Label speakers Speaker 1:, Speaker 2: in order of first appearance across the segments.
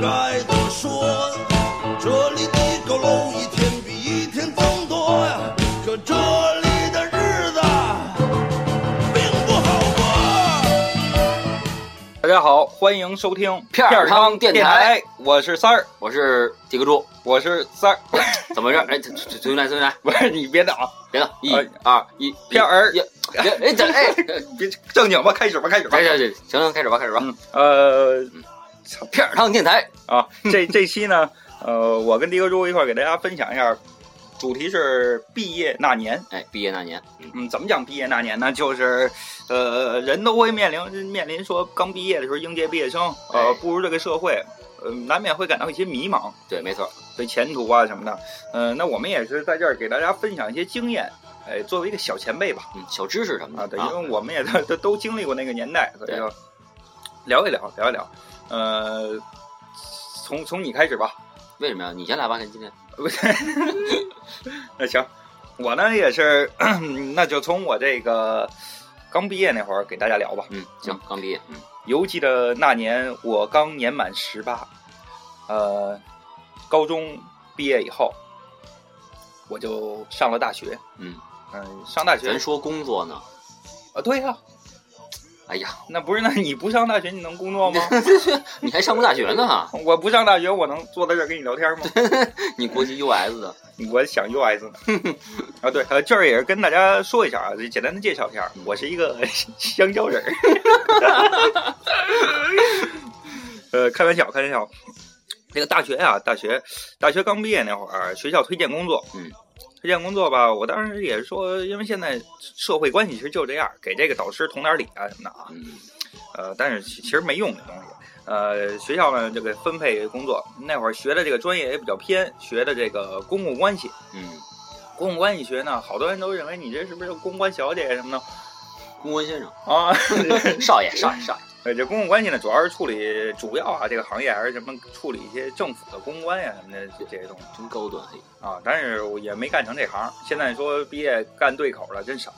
Speaker 1: 该都说，这里的佝偻一天比一天增多呀，可这里的日子并不好过。
Speaker 2: 大家好，欢迎收听
Speaker 3: 片儿汤
Speaker 2: 电
Speaker 3: 电台，
Speaker 2: 我是三儿，
Speaker 3: 我是几个猪，
Speaker 2: 我是三儿，
Speaker 3: 怎么回事？哎，重重新来，重新来，
Speaker 2: 不是你别等，
Speaker 3: 别了，一
Speaker 2: 哎
Speaker 3: 二一，
Speaker 2: 片儿
Speaker 3: 一，哎哎，这哎，哎
Speaker 2: 别正经吧，开始吧，开始吧
Speaker 3: 哎，这这行行，开始吧，开始吧。
Speaker 2: 嗯，呃，操
Speaker 3: 片儿汤电台，
Speaker 2: 啊，这这期呢，呃，我跟迪哥猪一块儿给大家分享一下，主题是毕业那年。
Speaker 3: 哎，毕业那年，嗯
Speaker 2: 嗯，怎么讲毕业那年呢？就是，呃，人都会面临面临说刚毕业的时候应届毕业生，呃
Speaker 3: 哎，
Speaker 2: 步入这个社会，呃，难免会感到一些迷茫。
Speaker 3: 对，没错，
Speaker 2: 对前途啊什么的。呃，那我们也是在这儿给大家分享一些经验，哎，作为一个小前辈吧，
Speaker 3: 嗯，小知识什么
Speaker 2: 啊，
Speaker 3: 的
Speaker 2: 对，因为我们也都都都经历过那个年代，所以说聊一聊，聊一聊。呃，从从你开始吧。
Speaker 3: 为什么呀？你先来吧，今天
Speaker 2: 那行，我呢也是， 那就从我这个刚毕业那会儿给大家聊吧。
Speaker 3: 嗯，行，刚毕业，嗯，
Speaker 2: 犹记得那年我刚年满十八，呃，高中毕业以后，我就上了大学。
Speaker 3: 嗯
Speaker 2: 嗯，上大学
Speaker 3: 咱说工作呢，
Speaker 2: 啊，对呀、
Speaker 3: 哎呀，
Speaker 2: 那不是那你不上大学你能工 作吗？
Speaker 3: 你还上过大学呢哈，
Speaker 2: 我不上大学我能坐在这儿跟你聊天吗？
Speaker 3: 你国际 US 的，
Speaker 2: 我想 US 呢。啊，对，呃，这儿也是跟大家说一下啊，就简单的介绍一下，我是一个 香蕉人儿。 呃，开玩笑，开玩笑。那个大学啊，大学，大学刚毕业那会儿，学校推荐工作，
Speaker 3: 嗯，
Speaker 2: 推荐工作吧，我当时也是说，因为现在社会关系其实就这样，给这个导师捅点理啊什么的啊，
Speaker 3: 嗯，
Speaker 2: 呃，但是其其实没用这东西。呃，学校呢这个分配工作，那会儿学的这个专业也比较偏，学的这个公共关系。
Speaker 3: 嗯，
Speaker 2: 公共关系学呢，好多人都认为你这是不是公关小姐什么
Speaker 3: 公文先 生，
Speaker 2: 的啊？
Speaker 3: 少爷，少爷，少爷，
Speaker 2: 呃，这公共关系呢，主要是处理主要啊，这个行业还是什么处理一些政府的公关呀、什么的这这些东西
Speaker 3: 真高端，嘿，
Speaker 2: 啊。但是我也没干成这行，现在说毕业干对口的真少。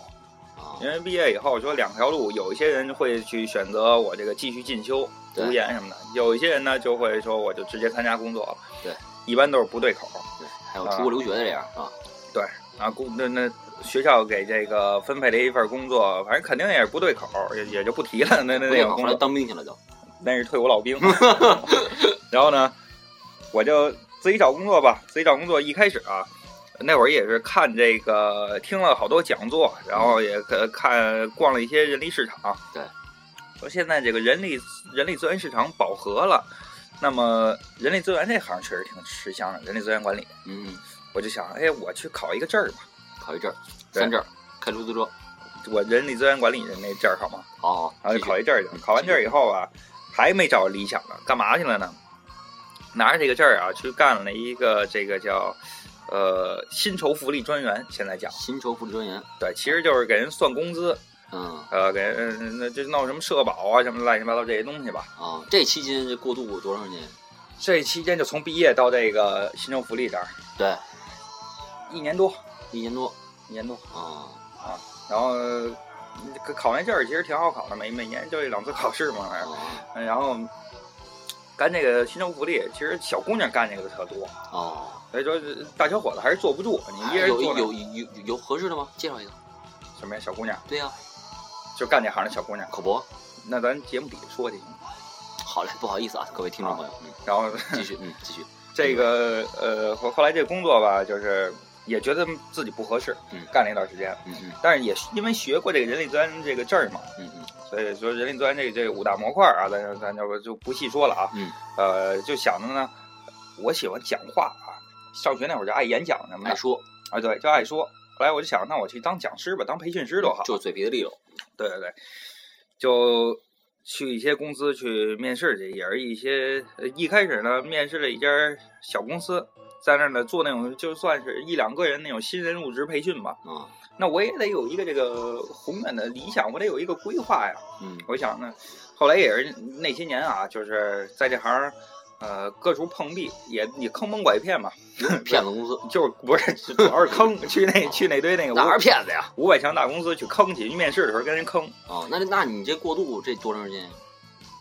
Speaker 3: 啊，
Speaker 2: 因为毕业以后说两条路，有一些人会去选择我这个继续进修、
Speaker 3: 对
Speaker 2: 读研什么的，有一些人呢就会说我就直接参加工作了。
Speaker 3: 对，
Speaker 2: 一般都是不对口
Speaker 3: 对，还有出国留学的这样啊，
Speaker 2: 啊。工那那学校给这个分配了一份工作，反正肯定也是不对口，也也就不提了。那那那
Speaker 3: 那
Speaker 2: 种
Speaker 3: 个后
Speaker 2: 工
Speaker 3: 来
Speaker 2: 作，
Speaker 3: 当兵去了就，
Speaker 2: 那是退伍老兵。然后呢，我就自己找工作吧，自己找工作。一开始啊，那会儿也是看这个，听了好多讲座，然后也呃看逛了一些人力市场。
Speaker 3: 对，
Speaker 2: 说现在这个人力人力资源市场饱和了，那么人力资源这行确实挺吃香的，人力资源管理。
Speaker 3: 嗯，
Speaker 2: 我就想，哎，我去考一个证儿吧，
Speaker 3: 考一证儿，
Speaker 2: 对
Speaker 3: 三证儿，开出租车，
Speaker 2: 我人力资源管理人那证儿好吗？
Speaker 3: 好好，
Speaker 2: 然后就
Speaker 3: 继续
Speaker 2: 考一证儿去了
Speaker 3: 嗯。
Speaker 2: 考完证儿以后啊，还没找理想呢，干嘛去了呢？拿着这个证儿啊，去干了一个这个叫呃薪酬福利专员。现在讲
Speaker 3: 薪酬福利专员，
Speaker 2: 对，其实就是给人算工资，
Speaker 3: 嗯。
Speaker 2: 呃，给人呃那就弄什么社保啊，什么乱七八糟这些东西吧。
Speaker 3: 啊，这期间这过渡多长时间？
Speaker 2: 这期间就从毕业到这个薪酬福利这儿，
Speaker 3: 对，
Speaker 2: 一年多，
Speaker 3: 一年多
Speaker 2: 一年多。
Speaker 3: 啊。
Speaker 2: 然后呃考完证儿其实挺好考的，每每年就一两次考试嘛，反正
Speaker 3: 啊
Speaker 2: 嗯然后干这个薪酬福利，其实小姑娘干这个的特多，
Speaker 3: 哦，
Speaker 2: 所以说呃大小伙子还是坐不住。你一人
Speaker 3: 哎有
Speaker 2: 坐那
Speaker 3: 有有有有合适的吗？介绍一个。
Speaker 2: 什么呀？小姑娘
Speaker 3: 对呀、
Speaker 2: 就干这行的小姑娘，
Speaker 3: 可不。
Speaker 2: 那咱节目底下说去。
Speaker 3: 好嘞，不好意思啊，各位听众朋友，嗯，
Speaker 2: 然后
Speaker 3: 继 续，嗯，继续，
Speaker 2: 这个呃后后来这个工作吧，就是也觉得自己不合适，
Speaker 3: 嗯
Speaker 2: 干了一段时间，
Speaker 3: 嗯嗯
Speaker 2: 但是也因为学过这个人力资源这个证儿嘛，
Speaker 3: 嗯嗯，
Speaker 2: 所以说人力资源这个这个五大模块啊，咱就咱就就不细说了啊。
Speaker 3: 嗯，
Speaker 2: 呃，就想着呢，我喜欢讲话啊，上学那会儿就爱演讲什么的
Speaker 3: 爱，说，
Speaker 2: 啊，对，就爱说。后来我就想，那我去当讲师吧，当培训师多好。
Speaker 3: 就是嘴皮子利落。
Speaker 2: 对对对，就去一些公司去面试去，也是一些呃一开始呢，面试了一家小公司，在那儿呢做那种就算是一两个人那种新人入职培训吧。
Speaker 3: 啊，
Speaker 2: 那我也得有一个这个宏远的理想，我得有一个规划呀。
Speaker 3: 嗯
Speaker 2: 我想呢，后来也是那些年啊，就是在这行儿，呃，各处碰壁，也也坑蒙拐骗嘛，
Speaker 3: 骗子公司
Speaker 2: 就是不是主要是坑，去那去那堆那个
Speaker 3: 哪
Speaker 2: 五
Speaker 3: 儿骗子呀？
Speaker 2: 五百强大公司去坑去，面试的时候跟人坑，
Speaker 3: 啊，那那你这过渡这多长时间？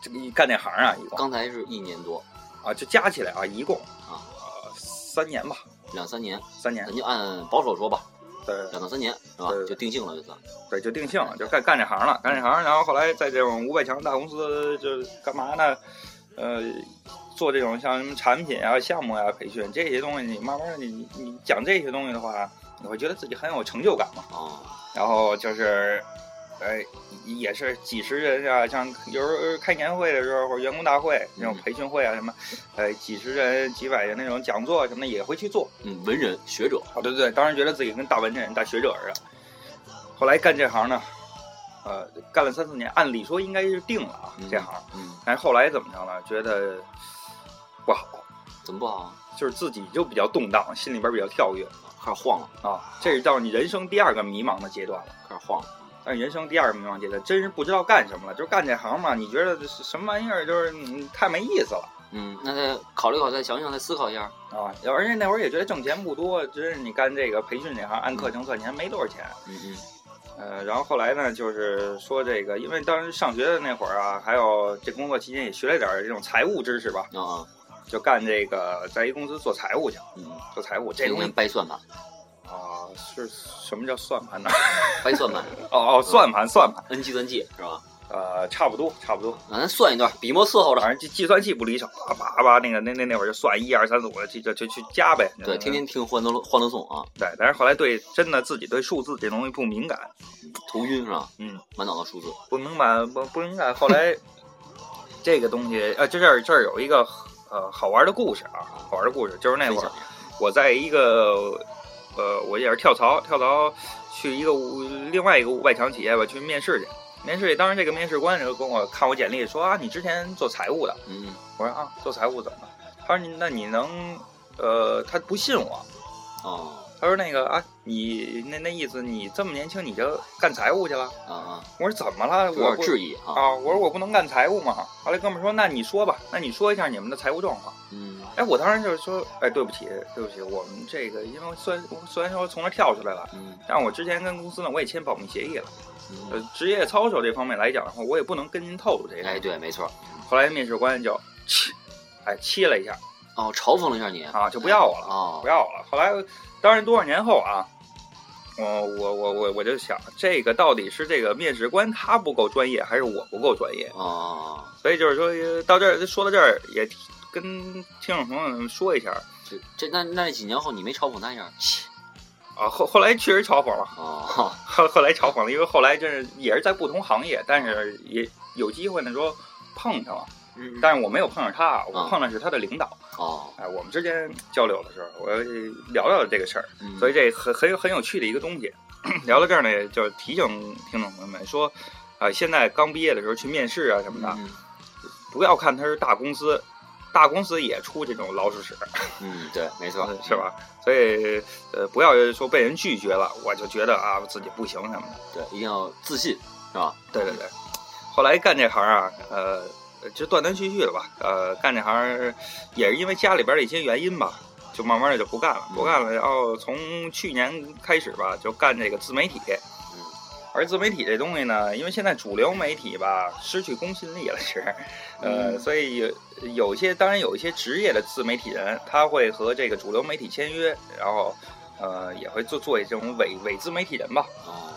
Speaker 2: 这个一干这行啊，一共
Speaker 3: 刚才是一年多，
Speaker 2: 啊，就加起来啊，一共
Speaker 3: 啊
Speaker 2: 呃三年吧，
Speaker 3: 两三年，
Speaker 2: 三年
Speaker 3: 咱，就按保守说吧，
Speaker 2: 对
Speaker 3: 两到三年是吧
Speaker 2: 对？
Speaker 3: 就定性了，就算。
Speaker 2: 对，就定性了，就干干这行了，干这行，然后后来在这种五百强大公司就干嘛呢？呃，做这种像什么产品啊、项目啊、培训这些东西，你慢慢地你你你讲这些东西的话，你会觉得自己很有成就感嘛。
Speaker 3: 哦，
Speaker 2: 然后就是，哎，也是几十人啊，像有时候开年会的时候或者员工大会那种
Speaker 3: 嗯
Speaker 2: 培训会啊什么，呃、几十人、几百人那种讲座什么的也会去做。
Speaker 3: 嗯，文人学者，
Speaker 2: 啊，对对对，当时觉得自己跟大文人、大学者似的。后来干这行呢，呃，干了三四年，按理说应该是定了啊、
Speaker 3: 嗯
Speaker 2: 这行，
Speaker 3: 嗯，
Speaker 2: 但是后来怎么着呢？觉得不好，
Speaker 3: 怎么不好？
Speaker 2: 就是自己就比较动荡，心里边比较跳跃
Speaker 3: 开始晃了，
Speaker 2: 啊，这是到你人生第二个迷茫的阶段了。
Speaker 3: 开始晃了。
Speaker 2: 但是人生第二个迷茫阶段，真是不知道干什么了，就是干这行嘛，你觉得这是什么玩意儿，就是嗯太没意思了。
Speaker 3: 嗯，那再考虑考虑，再想想，再思考一下。
Speaker 2: 啊，而且那会儿也觉得挣钱不多，真是你干这个培训这行，按课程算钱没多少钱，
Speaker 3: 嗯嗯，
Speaker 2: 呃，然后后来呢，就是说这个，因为当时上学的那会儿啊，还有这工作期间也学了点儿这种财务知识吧，
Speaker 3: 啊，
Speaker 2: 就干这个，在一公司做财务去，
Speaker 3: 嗯，
Speaker 2: 做财务这
Speaker 3: 这
Speaker 2: 东
Speaker 3: 东西
Speaker 2: 西
Speaker 3: 掰算盘，
Speaker 2: 啊，是什么叫算盘呢？
Speaker 3: 掰算盘
Speaker 2: 哦哦，算盘算盘，
Speaker 3: ，N 计算器是吧？
Speaker 2: 呃，差不多差不多，
Speaker 3: 啊，咱算一段，笔墨伺候着。
Speaker 2: 反正计计算器不离手啊，叭叭那个那那那会儿就算一二三四五，就就就去加呗，嗯
Speaker 3: 对，天天听欢乐欢乐颂啊，
Speaker 2: 对，但是后来对真的自己对数字这东西不敏感，
Speaker 3: 头晕是吧？
Speaker 2: 嗯，
Speaker 3: 满脑子数字。
Speaker 2: 不明白，不不明白。后 来这个东西，呃，这这儿这儿有一个呃好玩的故事啊，好玩的故事就是那
Speaker 3: 分
Speaker 2: 会
Speaker 3: 享
Speaker 2: 儿
Speaker 3: 一下。
Speaker 2: 我在一个呃，我也是跳槽，跳槽去一个五另外一个五百强企业吧去面试去。面试去，当时这个面试官就跟我看我简历，说啊，你之前做财务的。
Speaker 3: 嗯嗯，
Speaker 2: 我说啊，做财务怎么了？他说你那你能，呃，他不信我。
Speaker 3: 哦，
Speaker 2: 他说那个啊，你那那意思，你这么年轻你就干财务去了？
Speaker 3: 啊啊，
Speaker 2: 我说怎么了？
Speaker 3: 有
Speaker 2: 我
Speaker 3: 点
Speaker 2: 不
Speaker 3: 质疑啊。
Speaker 2: 啊，我说我不能干财务嘛。后来哥们儿说，那你说吧，那你说一下你们的财务状况。
Speaker 3: 嗯
Speaker 2: 哎，我当时就是说，哎，对不起，对不起，我们这个因为虽然我虽然说从这儿跳出来了，
Speaker 3: 嗯
Speaker 2: 但我之前跟公司呢我也签保密协议了。呃
Speaker 3: 嗯，，
Speaker 2: 职业操守这方面来讲的话，我也不能跟您透露这些。
Speaker 3: 哎，对，没错。
Speaker 2: 后来面试官就 切，哎，切了一下
Speaker 3: 哦，嘲讽了一下你
Speaker 2: 啊，就不要我了，
Speaker 3: 哦
Speaker 2: 不，要我了。后来，当然多少年后啊。我我我我我就想，这个到底是这个面试官他不够专业，还是我不够专业？
Speaker 3: 哦，
Speaker 2: 所以就是说呃到这儿说到这儿，也提跟听众朋友们说一下
Speaker 3: 这这那那几年后你没嘲讽他一下？切
Speaker 2: 啊。后后来确实嘲讽了，
Speaker 3: 哦，
Speaker 2: 后后来嘲讽了，因为后来这也是在不同行业，但是也有机会呢说碰上了，
Speaker 3: 嗯
Speaker 2: 但是我没有碰上他，我
Speaker 3: 啊
Speaker 2: 碰的是他的领导。
Speaker 3: 哦，
Speaker 2: 哎，我们之间交流的时候，我呃聊聊这个事儿，
Speaker 3: 嗯
Speaker 2: 所以这很很有很有趣的一个东西。 聊到这儿呢，也就是提醒听众朋友们说，啊、现在刚毕业的时候去面试啊什么的，
Speaker 3: 嗯
Speaker 2: 不要看他是大公司，大公司也出这种老鼠屎。
Speaker 3: 嗯，对，没错，
Speaker 2: 是？吧？所以呃，不要说被人拒绝了，我就觉得啊自己不行什么的。
Speaker 3: 对，一定要自信，是吧？
Speaker 2: 对对对，后来干这行啊，呃，就断断续续的吧，呃，干这行也是因为家里边的一些原因吧，就慢慢的就不干了，
Speaker 3: 嗯
Speaker 2: 不干了。然后从去年开始吧，就干这个自媒体。
Speaker 3: 嗯
Speaker 2: 而自媒体这东西呢，因为现在主流媒体吧失去公信力了，是，呃，
Speaker 3: 嗯
Speaker 2: 所以有有一些当然有一些职业的自媒体人，他会和这个主流媒体签约，然后呃也会做做一这种伪伪自媒体人吧。
Speaker 3: 哦，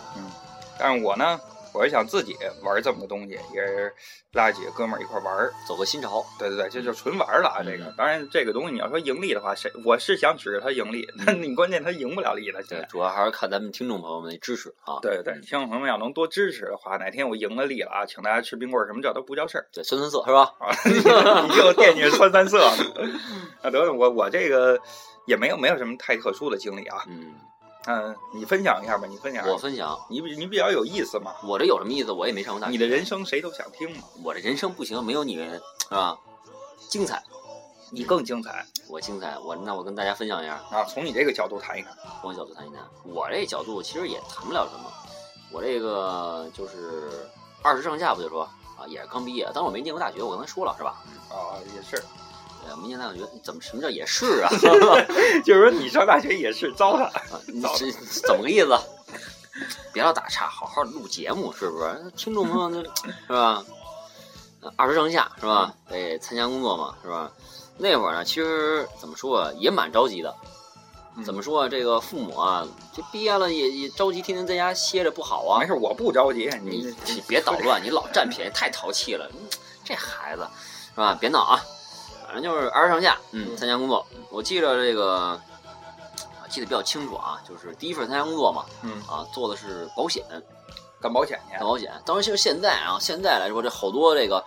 Speaker 2: 但是我呢，我是想自己玩这么个东西，也是拉几个哥们儿一块儿玩儿。
Speaker 3: 走个新潮，
Speaker 2: 对对对，这就纯玩儿了啊！这个
Speaker 3: 嗯
Speaker 2: 当然这个东西你要说盈利的话，谁我是想指着它盈利，
Speaker 3: 嗯
Speaker 2: 但你关键它盈不了利了。现
Speaker 3: 对，
Speaker 2: 在。
Speaker 3: 主要还是看咱们听众朋友们的支持啊。
Speaker 2: 对对，听众朋友们要能多支持的话，哪天我赢了利了啊，请大家吃冰棍儿什么这都不叫事 儿
Speaker 3: 对，酸酸涩是吧？
Speaker 2: 啊，你就惦记着穿三色啊。得了，我我这个也没有没有什么太特殊的经历啊，
Speaker 3: 嗯，
Speaker 2: 嗯，你分享一下吧，你分享一下，
Speaker 3: 我分享，
Speaker 2: 你比你比较有意思嘛，
Speaker 3: 我这有什么意思？我也没上过大
Speaker 2: 你
Speaker 3: 学，
Speaker 2: 的人生谁都想听嘛，
Speaker 3: 我这人生不行，没有你是吧？精彩，
Speaker 2: 你更精彩
Speaker 3: 我精彩，我那我跟大家分享一下，
Speaker 2: 啊！从你这个角度谈一谈，
Speaker 3: 光角度谈一谈。我这角度其实也谈不了什么，我这个就是二十上下不就说啊，也是刚毕业，当然我没念过大学，我刚才说了是吧？
Speaker 2: 啊，也是，
Speaker 3: 呃，没念大学，怎么什么叫也是啊？
Speaker 2: 就是说你上大学也是糟蹋，
Speaker 3: 啊你这怎么个意思？别老打岔，好好录节目是不是？听众朋友这是吧？呃二十上下是吧？得参加工作嘛，是吧？那会儿呢，其实怎么说啊，也蛮着急的。
Speaker 2: 嗯
Speaker 3: 怎么说啊？这个父母啊，就毕业了也也着急，天天在家歇着不好啊
Speaker 2: 没。事，我不着急，
Speaker 3: 你
Speaker 2: 你
Speaker 3: 你别捣乱，你老占便宜，太淘气了。嗯这孩子是吧？别闹啊，反正就是二十上下，嗯，参加工作。我记着这个，我记得比较清楚啊，就是第一份参加工作嘛，
Speaker 2: 嗯
Speaker 3: 啊，做的是保险，
Speaker 2: 干保险去
Speaker 3: 干。保险。当然，就是现在啊，现在来说，这好多这个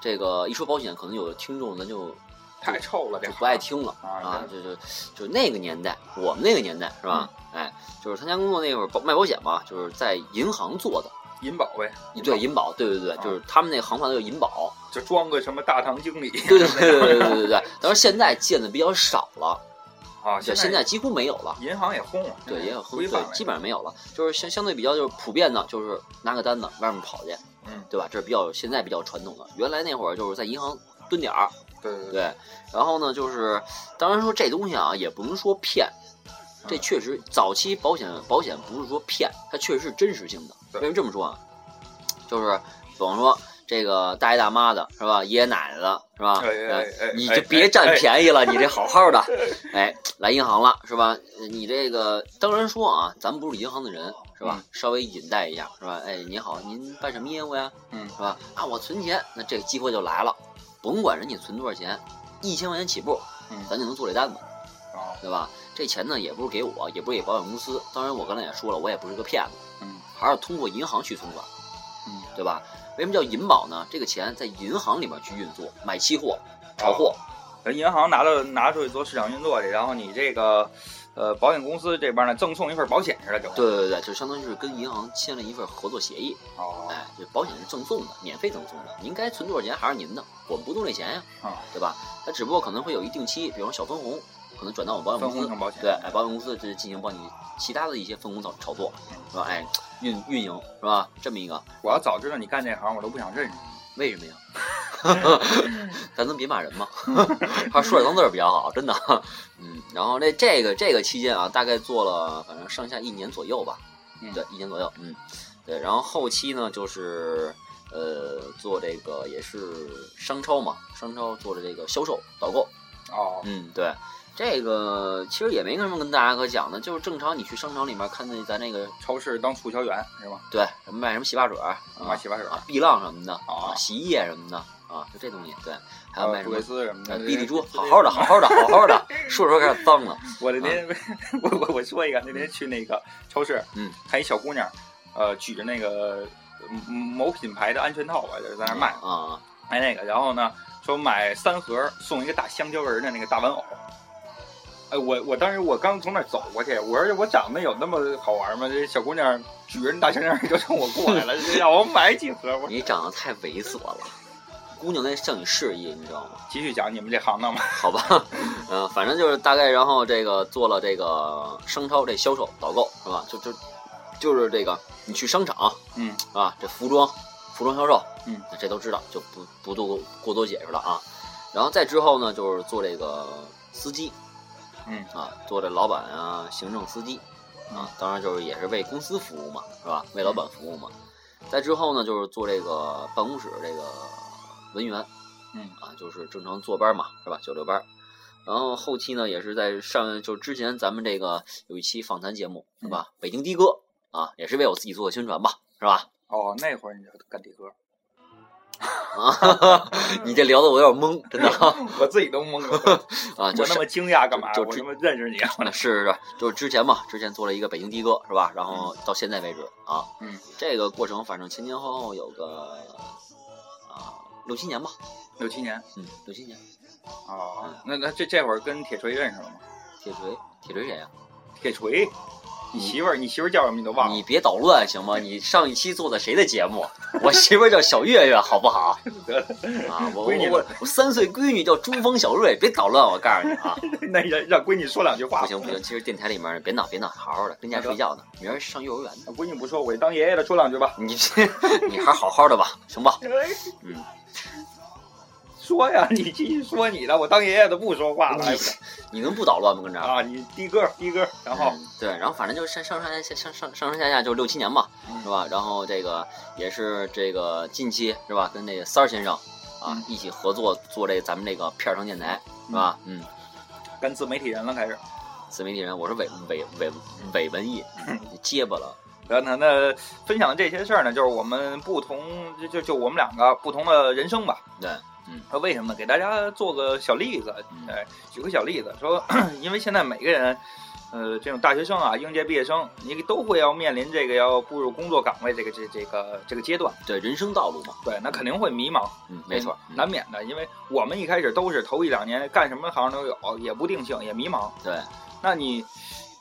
Speaker 3: 这个一说保险，可能有的听众咱就
Speaker 2: 太臭了，这
Speaker 3: 就不爱听了啊
Speaker 2: 啊，
Speaker 3: 就就就那个年代，我们那个年代是吧？哎，就是参加工作那会儿保卖保险嘛，就是在银行做的。
Speaker 2: 银保呗，
Speaker 3: 对银保，对对对，
Speaker 2: 啊
Speaker 3: 就是他们那个行话叫银保，
Speaker 2: 就装个什么大堂经理
Speaker 3: 对 对对对对对对。当然现在见的比较少了，
Speaker 2: 啊。
Speaker 3: 就现在几乎没有了，
Speaker 2: 银行也轰了，
Speaker 3: 对，也有
Speaker 2: 规
Speaker 3: 对
Speaker 2: 范了，
Speaker 3: 基本上没有了。就是相相对比较就是普遍的，就是拿个单子外面跑去，
Speaker 2: 嗯，
Speaker 3: 对吧？这是比较现在比较传统的。原来那会儿就是在银行蹲点儿，
Speaker 2: 对对对，
Speaker 3: 对。然后呢，就是当然说这东西啊，也不能说骗，
Speaker 2: 嗯
Speaker 3: 这确实早期保险保险不是说骗，它确实是真实性的。
Speaker 2: 对
Speaker 3: 为什么这么说啊？就是比方说这个大爷大妈的是吧，爷爷奶奶的是吧？
Speaker 2: 哎哎哎哎
Speaker 3: 呃你
Speaker 2: 哎
Speaker 3: 就别占
Speaker 2: 哎
Speaker 3: 便宜了，你这好 好的，哎，来银行了是吧？呃你这个当然说啊，咱们不是银行的人是吧
Speaker 2: 嗯？
Speaker 3: 稍微引带一下是吧？哎，您好，您办什么业务呀？
Speaker 2: 嗯
Speaker 3: 是吧？啊，我存钱，那这个机会就来了，甭管人家存多少钱，一千块钱起步，
Speaker 2: 嗯
Speaker 3: 咱就能做这单子。
Speaker 2: 啊，
Speaker 3: 对吧？这钱呢也不是给我，也不是给保险公司。当然，我刚才也说了，我也不是个骗子，
Speaker 2: 嗯
Speaker 3: 还是通过银行去存款，
Speaker 2: 嗯，
Speaker 3: 对吧？为什么叫银保呢？这个钱在银行里面去运作，买期货、炒货，
Speaker 2: 呃银行拿到拿出去做市场运作去，然后你这个呃保险公司这边呢赠送一份保险似的给我，
Speaker 3: 对对对，就相当于是跟银行签了一份合作协议。
Speaker 2: 哦
Speaker 3: 哎，这保险是赠送的，免费赠送的，您该存多少钱还是您的，我们不动这钱呀，
Speaker 2: 啊
Speaker 3: 对吧？它只不过可能会有一定期，比方小分红，可能转到我保险
Speaker 2: 分
Speaker 3: 公
Speaker 2: 红
Speaker 3: 司
Speaker 2: 型，保险，
Speaker 3: 对，哎，保险公司就是进行帮你其他的一些分红炒炒作，是吧？哎，运运营是吧？这么一个。
Speaker 2: 我要早知道你干这行，我都不想认识你。
Speaker 3: 为什么呀？咱能别骂人吗？ 他说点脏字儿比较好，真的。嗯，然后这这个这个期间啊，大概做了反正上下一年左右吧，
Speaker 2: 嗯
Speaker 3: 对，一年左右，嗯，对。然后后期呢，就是呃做这个也是商超嘛，商超做的这个销售导购，
Speaker 2: 哦，
Speaker 3: 嗯，对。这个其实也没什么跟大家可讲的，就是正常你去商场里面看那咱那个
Speaker 2: 超市当促销员是吧？
Speaker 3: 对卖什么洗发水儿、啊、
Speaker 2: 买洗发水，
Speaker 3: 啊，碧浪什么的
Speaker 2: 啊
Speaker 3: 啊，洗衣液什么的啊，就这东西。对，还有卖什
Speaker 2: 杜
Speaker 3: 么
Speaker 2: 蕾斯什么
Speaker 3: 呃
Speaker 2: 的，
Speaker 3: 碧丽珠，好好的，好好的，好好的，说着说着开始脏了。
Speaker 2: 我那天、 我我我说一个，那天去那个超市，
Speaker 3: 嗯，
Speaker 2: 看一小姑娘，呃，举着那个嗯某品牌的安全套吧，就是在那儿卖、
Speaker 3: 啊，
Speaker 2: 卖那个，然后呢说买三盒送一个大香蕉人的那个大玩偶。哎，我我当时我刚从那儿走过去，我说我长得有那么好玩吗？这小姑娘举着那大香蕉人就冲我过来了，就让我买几盒。我
Speaker 3: 你长得太猥琐了，姑娘在向你示意，你知道吗？
Speaker 2: 继续讲你们这行当吧。
Speaker 3: 好吧，嗯，反正就是大概，然后这个做了这个商超这销售导购是吧？就就就是这个，你去商场
Speaker 2: 嗯
Speaker 3: 啊，这服装服装销售，
Speaker 2: 嗯，
Speaker 3: 这都知道，就不不多过多解释了啊。然后再之后呢，就是做这个司机，
Speaker 2: 嗯
Speaker 3: 啊，做这老板啊，行政司机
Speaker 2: 嗯
Speaker 3: 啊，当然就是也是为公司服务嘛，是吧？为老板服务嘛。再之后呢，就是做这个办公室这个文员，
Speaker 2: 嗯
Speaker 3: 啊，就是正常坐班嘛，是吧？九六班。然后后期呢，也是在上就之前咱们这个有一期访谈节目是
Speaker 2: 嗯
Speaker 3: 吧？北京的哥啊，也是为我自己做个宣传吧，是吧？
Speaker 2: 哦，那会儿你就干的哥，
Speaker 3: 啊， 你这聊的我有点懵，真的
Speaker 2: 我自己都懵了，
Speaker 3: 啊，就
Speaker 2: 我那
Speaker 3: 是
Speaker 2: 么惊讶干嘛？
Speaker 3: 就
Speaker 2: 我
Speaker 3: 就
Speaker 2: 他妈认识你啊，
Speaker 3: 是是是，就是之前嘛，之前做了一个北京的哥是吧？然后到现在为止啊，
Speaker 2: 嗯，
Speaker 3: 这个过程反正前前后后有个啊六七年吧，
Speaker 2: 六七年。
Speaker 3: 嗯，六七年。
Speaker 2: 哦，那那这这会儿跟铁锤认识了吗？
Speaker 3: 铁锤，铁锤谁呀、
Speaker 2: 铁锤，你媳妇儿，你媳妇儿叫嗯啊什么你都忘
Speaker 3: 你
Speaker 2: 了？
Speaker 3: 别捣乱行吗？你上一期做的谁的节目？我媳妇儿叫小月月，好不好？啊，我
Speaker 2: 闺女
Speaker 3: 我我我三岁闺女叫珠峰小瑞，别捣乱，我告诉你 啊，
Speaker 2: 那让让闺女说两句话。
Speaker 3: 不行不行，其实电台里面别闹别闹，好好的跟家睡觉呢，明儿上幼儿园呢。
Speaker 2: 闺女不说，我就当爷爷了，说两句吧。
Speaker 3: 你 你还是好好的吧，行吧？嗯，
Speaker 2: 说呀，你继续说你的，我当爷爷的不说话了。哎
Speaker 3: 你能不捣乱吗？跟这儿。
Speaker 2: 啊啊，你的哥的哥，然后
Speaker 3: 嗯对，然后反正就是上上上下下上上上上下下就六七年吧，
Speaker 2: 嗯
Speaker 3: 是吧？然后这个也是这个近期是吧，跟那个三儿先生啊、
Speaker 2: 嗯
Speaker 3: 一起合作做这咱们这个片儿城电台是吧？嗯，
Speaker 2: 干自媒体人了，开始。
Speaker 3: 自媒体人，我是伪伪伪伪文艺，
Speaker 2: 嗯
Speaker 3: 结巴了，
Speaker 2: 然后呢，那分享的这些事儿呢，就是我们不同，就就就我们两个不同的人生吧。
Speaker 3: 对，
Speaker 2: 那为什么呢？给大家做个小例子，
Speaker 3: 嗯
Speaker 2: 哎，举个小例子， 说，因为现在每个人，呃，这种大学生啊，应届毕业生，你都会要面临这个要步入工作岗位这个这这个这个阶段，
Speaker 3: 对人生道路嘛，
Speaker 2: 对，那肯定会迷茫，
Speaker 3: 嗯，没错，嗯
Speaker 2: 难免的，因为我们一开始都是头一两年干什么行都有，也不定性，也迷茫。
Speaker 3: 对，
Speaker 2: 那你，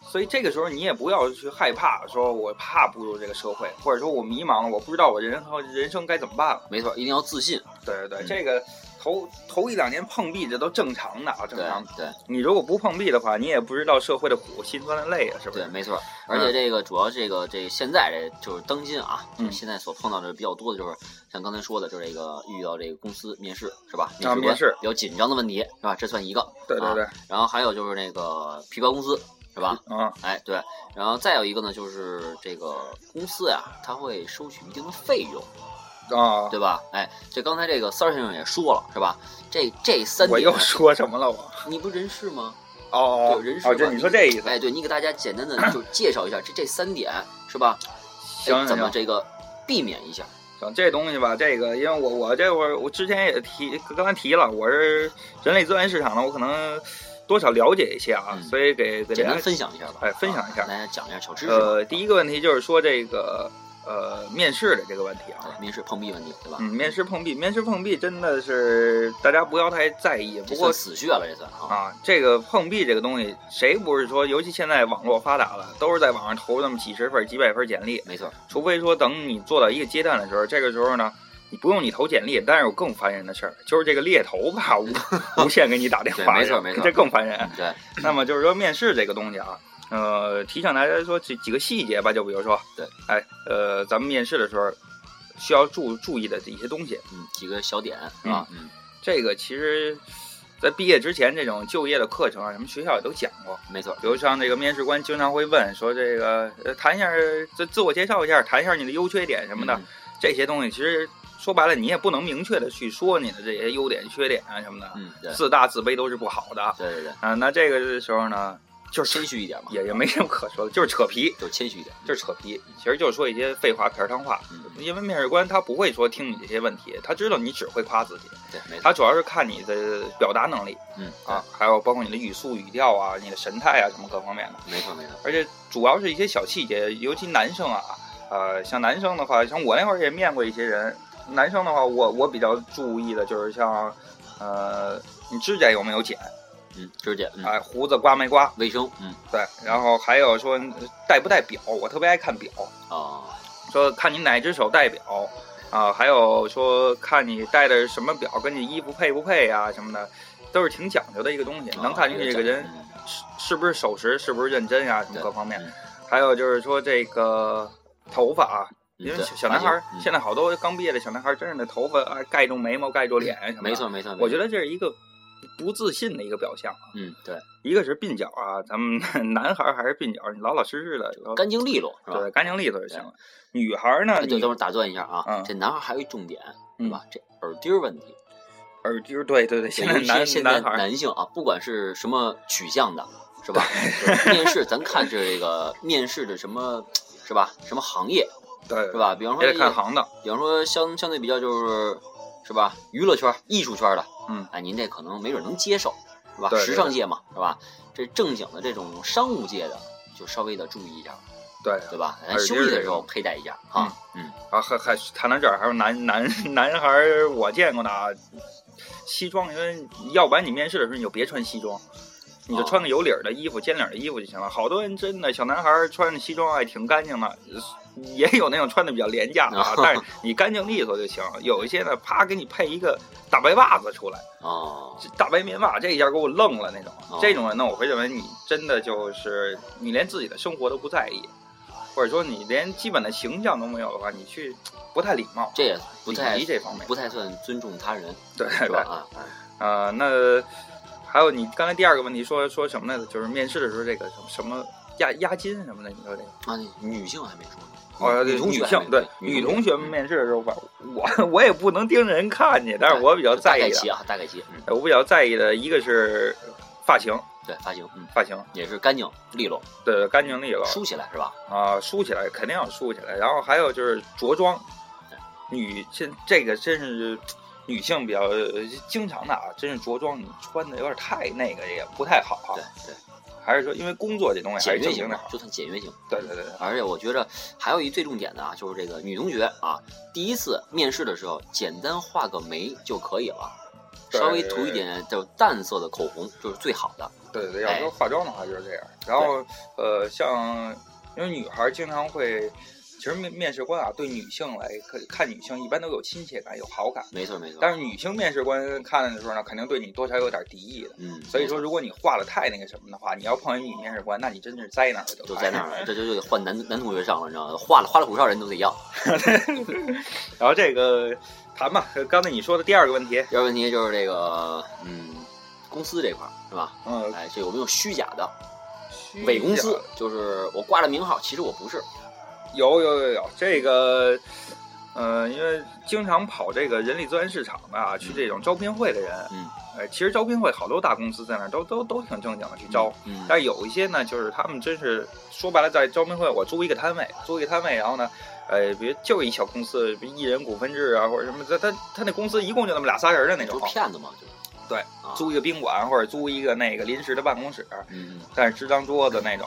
Speaker 2: 所以这个时候你也不要去害怕，说我怕步入这个社会，或者说我迷茫了，我不知道我人和人生该怎么办了。
Speaker 3: 没错，一定要自信，
Speaker 2: 对对对，
Speaker 3: 嗯
Speaker 2: 这个头头一两年碰壁这都正常的啊，正
Speaker 3: 对
Speaker 2: 常的。
Speaker 3: 对
Speaker 2: 你如果不碰壁的话，你也不知道社会的苦、辛酸的累啊，是不
Speaker 3: 对，
Speaker 2: 是？
Speaker 3: 没错，而且这个主要这个这个现在这就是当今啊，
Speaker 2: 嗯
Speaker 3: 就是现在所碰到的比较多的就是像刚才说的，就是这个遇到这个公司面试是吧？
Speaker 2: 啊
Speaker 3: 官
Speaker 2: 面试
Speaker 3: 比较紧张的问题是吧？这算一个，
Speaker 2: 对对对，
Speaker 3: 然后还有就是那个皮包公司是吧？
Speaker 2: 嗯，
Speaker 3: 哎，对，然后再有一个呢，就是这个公司呀，它会收取一定的费用，
Speaker 2: 啊，
Speaker 3: 对吧？哎，这刚才这个三儿先生也说了，是吧？这这三
Speaker 2: 我
Speaker 3: 点，
Speaker 2: 又说什么了我？
Speaker 3: 你不人事吗？
Speaker 2: 哦哦
Speaker 3: 对，人事
Speaker 2: 哦，就
Speaker 3: 吧
Speaker 2: 你说这意思？
Speaker 3: 哎，对你给大家简单的 就介绍一下这这三点，是吧？
Speaker 2: 行
Speaker 3: 哎，
Speaker 2: 行
Speaker 3: 怎么
Speaker 2: 行，
Speaker 3: 这个避免一下？
Speaker 2: 行，这东西吧，这个因为我我这会儿我之前也提，刚才提了，我是人力资源市场的，我可能多少了解一些啊，
Speaker 3: 嗯
Speaker 2: 所以给给
Speaker 3: 简
Speaker 2: 大
Speaker 3: 单
Speaker 2: 家
Speaker 3: 分享一下吧。
Speaker 2: 哎分享一下
Speaker 3: 啊大家讲一下小知识。
Speaker 2: 呃，第一个问题就是说这个呃面试的这个问题啊。
Speaker 3: 哎，面试碰壁问题，对吧？
Speaker 2: 嗯，面试碰壁，面试碰壁真的是大家不要太在意。不
Speaker 3: 这
Speaker 2: 过
Speaker 3: 算死穴了，这算啊。
Speaker 2: 啊，这个碰壁这个东西，谁不是说，尤其现在网络发达了，都是在网上投那么几十份儿、几百份儿简历，
Speaker 3: 没错，
Speaker 2: 除非说等你做到一个阶段的时候，这个时候呢，你不用你投简历，但是有更烦人的事儿，就是这个猎头吧， 无无限给你打电
Speaker 3: 对
Speaker 2: 话，
Speaker 3: 没错没错
Speaker 2: 这更烦人。
Speaker 3: 嗯对，
Speaker 2: 那么就是说面试这个东西啊，呃，提醒大家说这几个细节吧，就比如说，
Speaker 3: 对，
Speaker 2: 哎，呃，咱们面试的时候需要注注意的一些东西，
Speaker 3: 嗯，几个小点是吧？嗯，
Speaker 2: 这个其实。在毕业之前，这种就业的课程啊，咱们学校也都讲过。
Speaker 3: 没错，
Speaker 2: 比如像这个面试官经常会问说，这个呃，谈一下自自我介绍一下，谈一下你的优缺点什么的。
Speaker 3: 嗯？
Speaker 2: 这些东西，其实说白了，你也不能明确的去说你的这些优点、缺点啊什么的。
Speaker 3: 嗯，对，
Speaker 2: 自大自卑都是不好的啊、
Speaker 3: 对对对，
Speaker 2: 那这个时候呢，就是
Speaker 3: 谦虚一点嘛，
Speaker 2: 也也没什么可说的，就是扯皮，
Speaker 3: 就谦虚一点，
Speaker 2: 就是扯皮。其实就是说一些废话、片儿汤话。
Speaker 3: 嗯，嗯
Speaker 2: 因为面试官他不会说听你这些问题，他知道你只会夸自己，
Speaker 3: 对，没错，
Speaker 2: 他主要是看你的表达能力
Speaker 3: 嗯
Speaker 2: 啊，，还有包括你的语速、语调啊、你的神态啊什么各方面的。
Speaker 3: 对没错没错，
Speaker 2: 而且主要是一些小细节，尤其男生啊，呃，像男生的话，像我那会儿也面过一些人，男生的话，我我比较注意的就是像，呃，你指甲有没有剪，
Speaker 3: 嗯，指甲，嗯，
Speaker 2: 哎、胡子刮没刮，
Speaker 3: 卫生，嗯，
Speaker 2: 对，然后还有说呃戴不戴表，我特别爱看表，
Speaker 3: 哦，
Speaker 2: 说看你哪只手戴表。啊，还有说看你戴的是什么表，跟你衣服配不配啊什么的，都是挺讲究的一个东
Speaker 3: 啊
Speaker 2: 西，能看出你这个人
Speaker 3: 嗯
Speaker 2: 是是不是守时，是不是认真呀、什么
Speaker 3: 对
Speaker 2: 各方面
Speaker 3: 嗯。
Speaker 2: 还有就是说这个头发啊，因为
Speaker 3: 对
Speaker 2: 小小男孩儿
Speaker 3: 发型嗯
Speaker 2: 现在好多刚毕业的小男孩儿，真是那头发啊盖住眉毛、盖住脸什么的。
Speaker 3: 嗯没，错没错，
Speaker 2: 我觉
Speaker 3: 得，
Speaker 2: 得这是一个不自信的一个表象啊。
Speaker 3: 嗯，对，
Speaker 2: 一个是鬓角啊，咱们 男孩儿还是鬓角，你老老实实的，
Speaker 3: 干净利落是吧？
Speaker 2: 对，干净利索就行了。女孩儿呢，
Speaker 3: 哎，对，
Speaker 2: 你
Speaker 3: 等会儿打断一下啊
Speaker 2: 嗯，
Speaker 3: 这男孩还有一重点，对吧？这耳钉儿问 题，
Speaker 2: 耳钉儿，对对对，现在
Speaker 3: 尤其
Speaker 2: 男
Speaker 3: 现在
Speaker 2: 男孩儿，
Speaker 3: 男性啊，不管是什么取向的，是 吧？就是面试，咱看这个面试的什么，是吧？什么行业，
Speaker 2: 对
Speaker 3: 是？吧？比方说
Speaker 2: 也得看
Speaker 3: 一
Speaker 2: 行当，
Speaker 3: 比方说相相对比较就是是吧，娱乐圈、艺术圈的，
Speaker 2: 嗯，
Speaker 3: 哎，您这可能没准能接受，是吧？
Speaker 2: 对对
Speaker 3: 时尚界嘛，是吧？这正经的这种商务界的，就稍微的注意一下，
Speaker 2: 对。
Speaker 3: 对吧？咱
Speaker 2: 耳钉
Speaker 3: 休
Speaker 2: 儿
Speaker 3: 息的
Speaker 2: 这
Speaker 3: 时候
Speaker 2: 种
Speaker 3: 佩戴一下啊，嗯，
Speaker 2: 啊，还还谈到这儿，还有男男 男孩儿，我见过的啊，西装，因为要不然你面试的时候你就别穿西装，你就
Speaker 3: 哦
Speaker 2: 穿个有领儿的衣服、尖领儿的衣服就行了。好多人真的小男孩儿穿着西装还哎挺干净的，也有那种穿的比较廉价的啊，但是你干净利索就行。有一些呢，啪给你配一个大白袜子出来，
Speaker 3: 哦，
Speaker 2: 这大白棉袜，这一下给我愣了那种
Speaker 3: 哦。
Speaker 2: 这种人呢，我会认为你真的就是你连自己的生活都不在意，或者说你连基本的形象都没有的话，你去不太礼貌。
Speaker 3: 这也不太
Speaker 2: 礼仪这方面，
Speaker 3: 不太算尊重他人，
Speaker 2: 对
Speaker 3: 是
Speaker 2: 对呃
Speaker 3: 吧？啊，哎
Speaker 2: 啊、那还有你刚才第二个问题说说什么来着？就是面试的时候这个什么什么押押金什么的，你说这个？
Speaker 3: 啊，那女性还没说呢。
Speaker 2: 哦，对，
Speaker 3: 女同学
Speaker 2: 女
Speaker 3: 还
Speaker 2: 性
Speaker 3: 没
Speaker 2: 对
Speaker 3: 女
Speaker 2: 女
Speaker 3: 同嗯
Speaker 2: 同学们面试的时候吧，我我也不能盯着人看去，但是我比较在
Speaker 3: 大
Speaker 2: 意
Speaker 3: 概齐
Speaker 2: 的，
Speaker 3: 啊，大概齐，嗯，
Speaker 2: 我比较在意的一个是发型，
Speaker 3: 对，发型，嗯，
Speaker 2: 发型
Speaker 3: 也是干净利落，
Speaker 2: 对干净利落
Speaker 3: 梳起来是吧？
Speaker 2: 啊，梳起来肯定要梳起来，然后还有就是着装，女这这个真是女性比较经常的啊，真是着装你穿的有点太那个也不太好啊
Speaker 3: 对，对，
Speaker 2: 还是说因为工作这东西还是
Speaker 3: 简
Speaker 2: 正
Speaker 3: 约型
Speaker 2: 经点
Speaker 3: 嘛
Speaker 2: 好，，
Speaker 3: 就算简约型。
Speaker 2: 对对对，对
Speaker 3: 而且我觉着还有一最重点的啊，就是这个女同学啊，第一次面试的时候，简单画个眉就可以了，
Speaker 2: 对
Speaker 3: 稍微涂一点就淡色的口红就是最好的。
Speaker 2: 对对，对，
Speaker 3: 哎
Speaker 2: 要说化妆的话就是这样。然后呃，像因为女孩儿经常会，其实面面试官啊，对女性来看看女性一般都有亲切感、有好感，
Speaker 3: 没错没错。
Speaker 2: 但是女性面试官看的时候呢，肯定对你多少有点敌意的。
Speaker 3: 嗯，
Speaker 2: 所以说，
Speaker 3: 没
Speaker 2: 如果你画的太那个什么的话，你要碰见女面试官，那你真是灾难了，
Speaker 3: 错就在那儿了，这就就得换男男同学上了，你知道吗？画了花里胡哨人都得要。
Speaker 2: 然后这个谈吧，刚才你说的第二个问题，
Speaker 3: 第二个问题就是这个嗯，公司这块儿是吧？
Speaker 2: 嗯，
Speaker 3: 哎，这有没有虚假的伪公司？就是我挂了名号，其实我不是。
Speaker 2: 有有有有，这个，呃，因为经常跑这个人力资源市场的啊，去这种招聘会的人，
Speaker 3: 嗯，
Speaker 2: 呃，其实招聘会好多大公司在那儿都都都挺正经的去招，
Speaker 3: 嗯，
Speaker 2: 但有一些呢，就是他们真是说白了，在招聘会我租一个摊位，租一个摊位，然后呢，呃，比如就一小公司，比如一人股份制啊，或者什么，他他他那公司一共就那么俩仨人的那
Speaker 3: 就
Speaker 2: 种
Speaker 3: 是，骗子嘛，就是
Speaker 2: 对
Speaker 3: 啊
Speaker 2: 租一个宾馆或者租一个那个临时的办公室，
Speaker 3: 嗯嗯
Speaker 2: 但是支张桌子那种，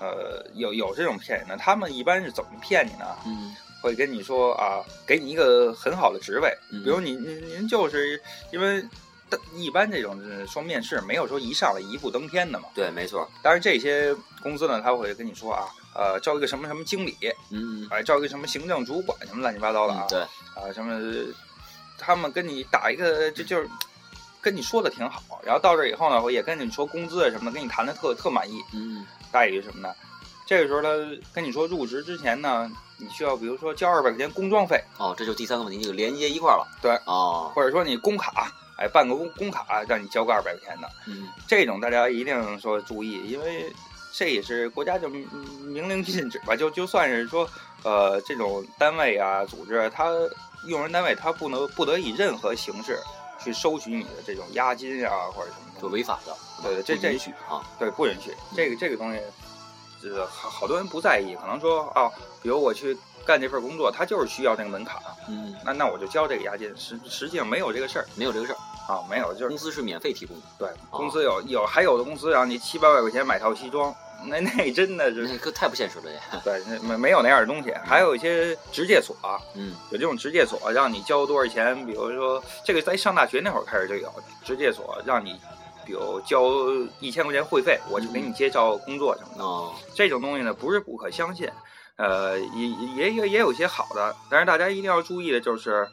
Speaker 2: 呃，有有这种骗人的，他们一般是怎么骗你呢？
Speaker 3: 嗯
Speaker 2: 会跟你说啊，给你一个很好的职位，
Speaker 3: 嗯
Speaker 2: 比如您您您就是因为大。一般这种呃说面试没有说一上来一步登天的嘛，
Speaker 3: 对，没错，
Speaker 2: 当然这些公司呢，他会跟你说啊，呃，招一个什么什么经理，
Speaker 3: 嗯嗯
Speaker 2: 哎，招一个什么行政主管什么乱七八糟的啊
Speaker 3: 嗯，，对，
Speaker 2: 啊什么，他们跟你打一个就就是跟你说的挺好，然后到这以后呢，我也跟你说工资啊什么的，跟你谈的特特满意，
Speaker 3: 嗯
Speaker 2: 待遇什么的。这个时候他跟你说入职之前呢，你需要比如说交二百块钱工装费，
Speaker 3: 哦，这就第三个问题，这个连接一块儿了。
Speaker 2: 对
Speaker 3: 哦，
Speaker 2: 或者说你工卡，哎，办个工工卡让你交个二百块钱的，
Speaker 3: 嗯，
Speaker 2: 这种大家一定说注意，因为这也是国家就明明令禁止吧，就就算是说，呃，这种单位啊、组织啊，它用人单位它不能不得以任何形式去收取你的这种押金啊或者什么
Speaker 3: 就
Speaker 2: 的，
Speaker 3: 违法的，
Speaker 2: 对对这
Speaker 3: 不
Speaker 2: 这
Speaker 3: 允许啊，
Speaker 2: 对，不允许。这个这个东西，就是好好多人不在意，可能说啊，比如我去干这份工作，它就是需要那个门槛，啊
Speaker 3: 嗯，
Speaker 2: 那那我就交这个押金，实实际上没有这个事儿
Speaker 3: 没有这个事儿，
Speaker 2: 啊，没有，就是
Speaker 3: 公司是免费提供的，
Speaker 2: 对，公司有有，还有的公司让你七八百块钱买套西装，那那真的是
Speaker 3: 那个太不现实了也。
Speaker 2: 对，那没没有那样的东西。还有一些职介所、
Speaker 3: 嗯
Speaker 2: 有这种职介所让你交多少钱，比如说这个在上大学那会儿开始就有职介所让你，比如交一千块钱会费，我就给你介绍工作什么的。
Speaker 3: 哦，
Speaker 2: 这种东西呢，不是不可相信，呃，也也也也有一些好的，但是大家一定要注意的就是。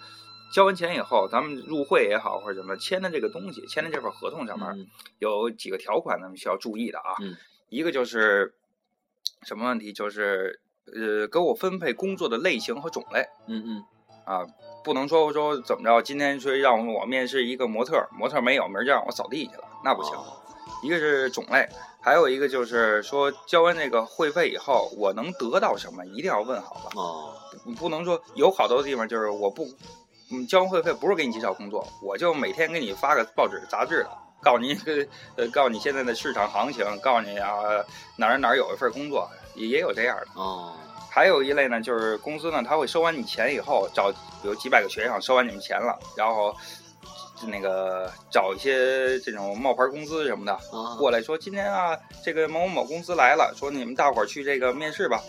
Speaker 2: 交完钱以后，咱们入会也好，或者怎么签的这个东西，签的这份合同上面，
Speaker 3: 嗯
Speaker 2: 有几个条款咱们需要注意的啊。
Speaker 3: 嗯
Speaker 2: 一个就是什么问题？就是呃，给我分配工作的类型和种类
Speaker 3: 嗯嗯，
Speaker 2: 啊，不能说说怎么着，今天说让我面试一个模特，模特没有，明儿就让我扫地去了，那不行。
Speaker 3: 哦
Speaker 2: 一个是种类，还有一个就是说交完这个会费以后，我能得到什么，一定要问好了，
Speaker 3: 哦，
Speaker 2: 你不能说有好多地方就是我不。嗯，交完会费不是给你介绍工作，我就每天给你发个报纸、杂志的，告诉你个呃，告诉你现在的市场行情，告诉你啊哪儿哪儿有一份工作，也也有这样的。
Speaker 3: 哦，
Speaker 2: 还有一类呢，就是公司呢，他会收完你钱以后，找比如几百个学生收完你们钱了，然后就那个找一些这种冒牌公司什么的
Speaker 3: 啊
Speaker 2: 过来说，今天啊，这个某某某公司来了，说你们大伙儿去这个面试吧。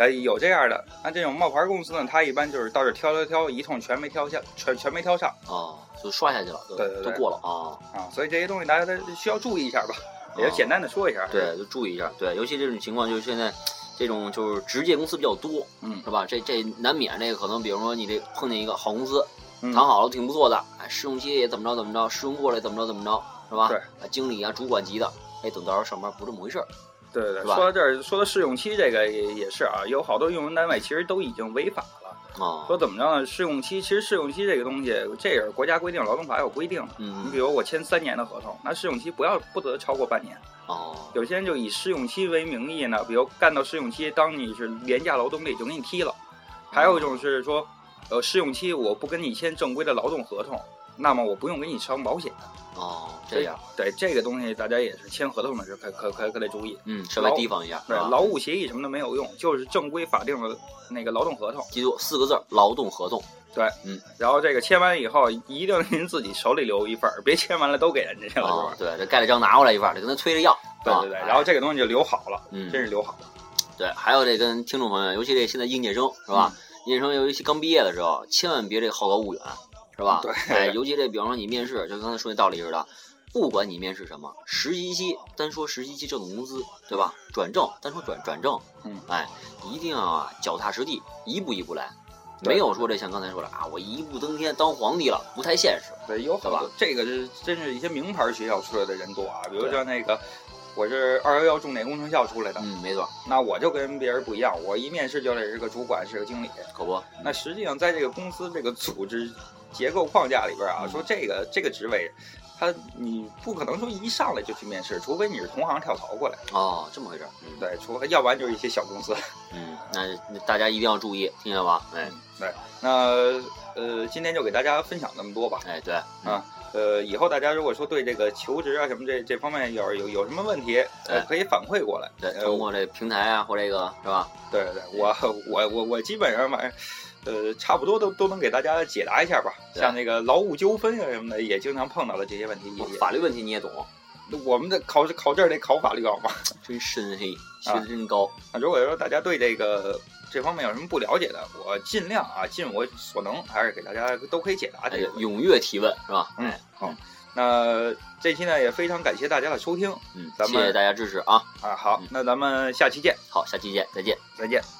Speaker 2: 呃，有这样的，那这种冒牌公司呢，他一般就是到这儿挑挑挑，一通全没挑下，全全没挑上
Speaker 3: 哦，就刷下去了，
Speaker 2: 对对
Speaker 3: 就
Speaker 2: 对
Speaker 3: 过了啊。
Speaker 2: 啊，所以这些东西大家都需要注意一下吧，也
Speaker 3: 啊
Speaker 2: 就简单的说一下。，
Speaker 3: 对，就注意一下，对，尤其这种情况就是现在。这种就是职业公司比较多，
Speaker 2: 嗯
Speaker 3: 是吧？这这难免这个可能，比如说你这碰见一个好公司，
Speaker 2: 嗯
Speaker 3: 谈好了挺不错的，哎，试用期也怎么着怎么着，试用过来怎么着怎么着，是吧？
Speaker 2: 对
Speaker 3: 啊，经理啊，主管级的，哎，等到时候上班不是这么回事儿。
Speaker 2: 对对对，
Speaker 3: 是吧
Speaker 2: 说到这儿，说到试用期这个也也是啊，有好多用人单位其实都已经违法了，
Speaker 3: 哦，
Speaker 2: 说怎么着呢？试用期其实试用期这个东西，这也是国家规定，劳动法有规定。你
Speaker 3: 嗯，
Speaker 2: 比如我签三年的合同，那试用期不要不得超过半年。
Speaker 3: 哦，
Speaker 2: 有些人就以试用期为名义呢，比如干到试用期，当你是廉价劳动力就给你踢了。还有一种是说，呃，试用期我不跟你签正规的劳动合同，那么我不用给你上保险。
Speaker 3: 哦，这样，
Speaker 2: 对这个东西，大家也是签合同的时候可可可可得注意。
Speaker 3: 嗯，稍微
Speaker 2: 劳
Speaker 3: 提防一下，
Speaker 2: 对，
Speaker 3: 啊
Speaker 2: 劳务协议什么的没有用，就是正规法定的那个劳动合同。
Speaker 3: 记住四个字儿：劳动合同。
Speaker 2: 然后这个签完以后，一定您自己手里留一份儿，别签完了都给人家去了，是
Speaker 3: 啊
Speaker 2: 吧，？
Speaker 3: 对，这盖盖章拿过来一份儿，得跟他催着要。
Speaker 2: 对
Speaker 3: 啊
Speaker 2: 对对。
Speaker 3: 哎
Speaker 2: 然后这个东西就留好了，
Speaker 3: 嗯，
Speaker 2: 真是留好了。
Speaker 3: 对，还有这跟听众朋友，尤其这现在应届生是吧？
Speaker 2: 嗯
Speaker 3: 应届生尤其刚毕业的时候，千万别这好高骛远，是吧？
Speaker 2: 对
Speaker 3: 哎，尤其这，比方说你面试，就跟刚才说那道理似的，不管你面试什么，实习期单说实习期挣的工资，对吧？转正单说转转正，
Speaker 2: 嗯，
Speaker 3: 哎，一定要啊脚踏实地，一步一步来，
Speaker 2: 对
Speaker 3: 没有说这像刚才说的啊，我一步登天当皇帝了，不太现实。
Speaker 2: 对，有好
Speaker 3: 对吧
Speaker 2: 多这个是真是一些名牌学校出来的人多啊，比如
Speaker 3: 对
Speaker 2: 像那个。我是二幺幺重点工程校出来的，
Speaker 3: 嗯，没错，
Speaker 2: 那我就跟别人不一样，我一面试就得是个主管，是个经理。
Speaker 3: 可不，
Speaker 2: 那实际上在这个公司这个组织结构框架里边啊，
Speaker 3: 嗯
Speaker 2: 说这个这个职位，他你不可能说一上来就去面试，除非你是同行跳槽过来，
Speaker 3: 哦，这么回事儿，嗯。
Speaker 2: 对，除非要不然就是一些小公司。
Speaker 3: 嗯，那那大家一定要注意，听见吧？哎
Speaker 2: 嗯那呃，今天就给大家分享这么多吧。
Speaker 3: 哎，对，
Speaker 2: 啊呃，以后大家如果说对这个求职啊什么这这方面有有有什么问题，呃
Speaker 3: 哎，
Speaker 2: 可以反馈过来。
Speaker 3: 对，
Speaker 2: 呃
Speaker 3: 通过这平台啊或这个是吧？
Speaker 2: 对对，对我 我我我基本上反正。呃，差不多都都能给大家解答一下吧，
Speaker 3: 对
Speaker 2: 像那个劳务纠纷啊什么的，也经常碰到的这些问题，也也
Speaker 3: 法律问题你也懂，
Speaker 2: 我们的考试考证儿得考法律好 吗？
Speaker 3: 真深黑，学的真高。
Speaker 2: 啊，如果说大家对这个这方面有什么不了解的，我尽量啊，尽我所能，还是给大家都可以解答
Speaker 3: 哎
Speaker 2: 这个，问题。
Speaker 3: 踊跃提问是吧？
Speaker 2: 嗯
Speaker 3: 哎，
Speaker 2: 那这期呢也非常感谢大家的收听
Speaker 3: 嗯，
Speaker 2: 咱
Speaker 3: 谢
Speaker 2: 们
Speaker 3: 谢大家支持啊！
Speaker 2: 啊，好
Speaker 3: 嗯，
Speaker 2: 那咱们下期见，
Speaker 3: 好，下期见，再见。
Speaker 2: 再见。
Speaker 1: 哎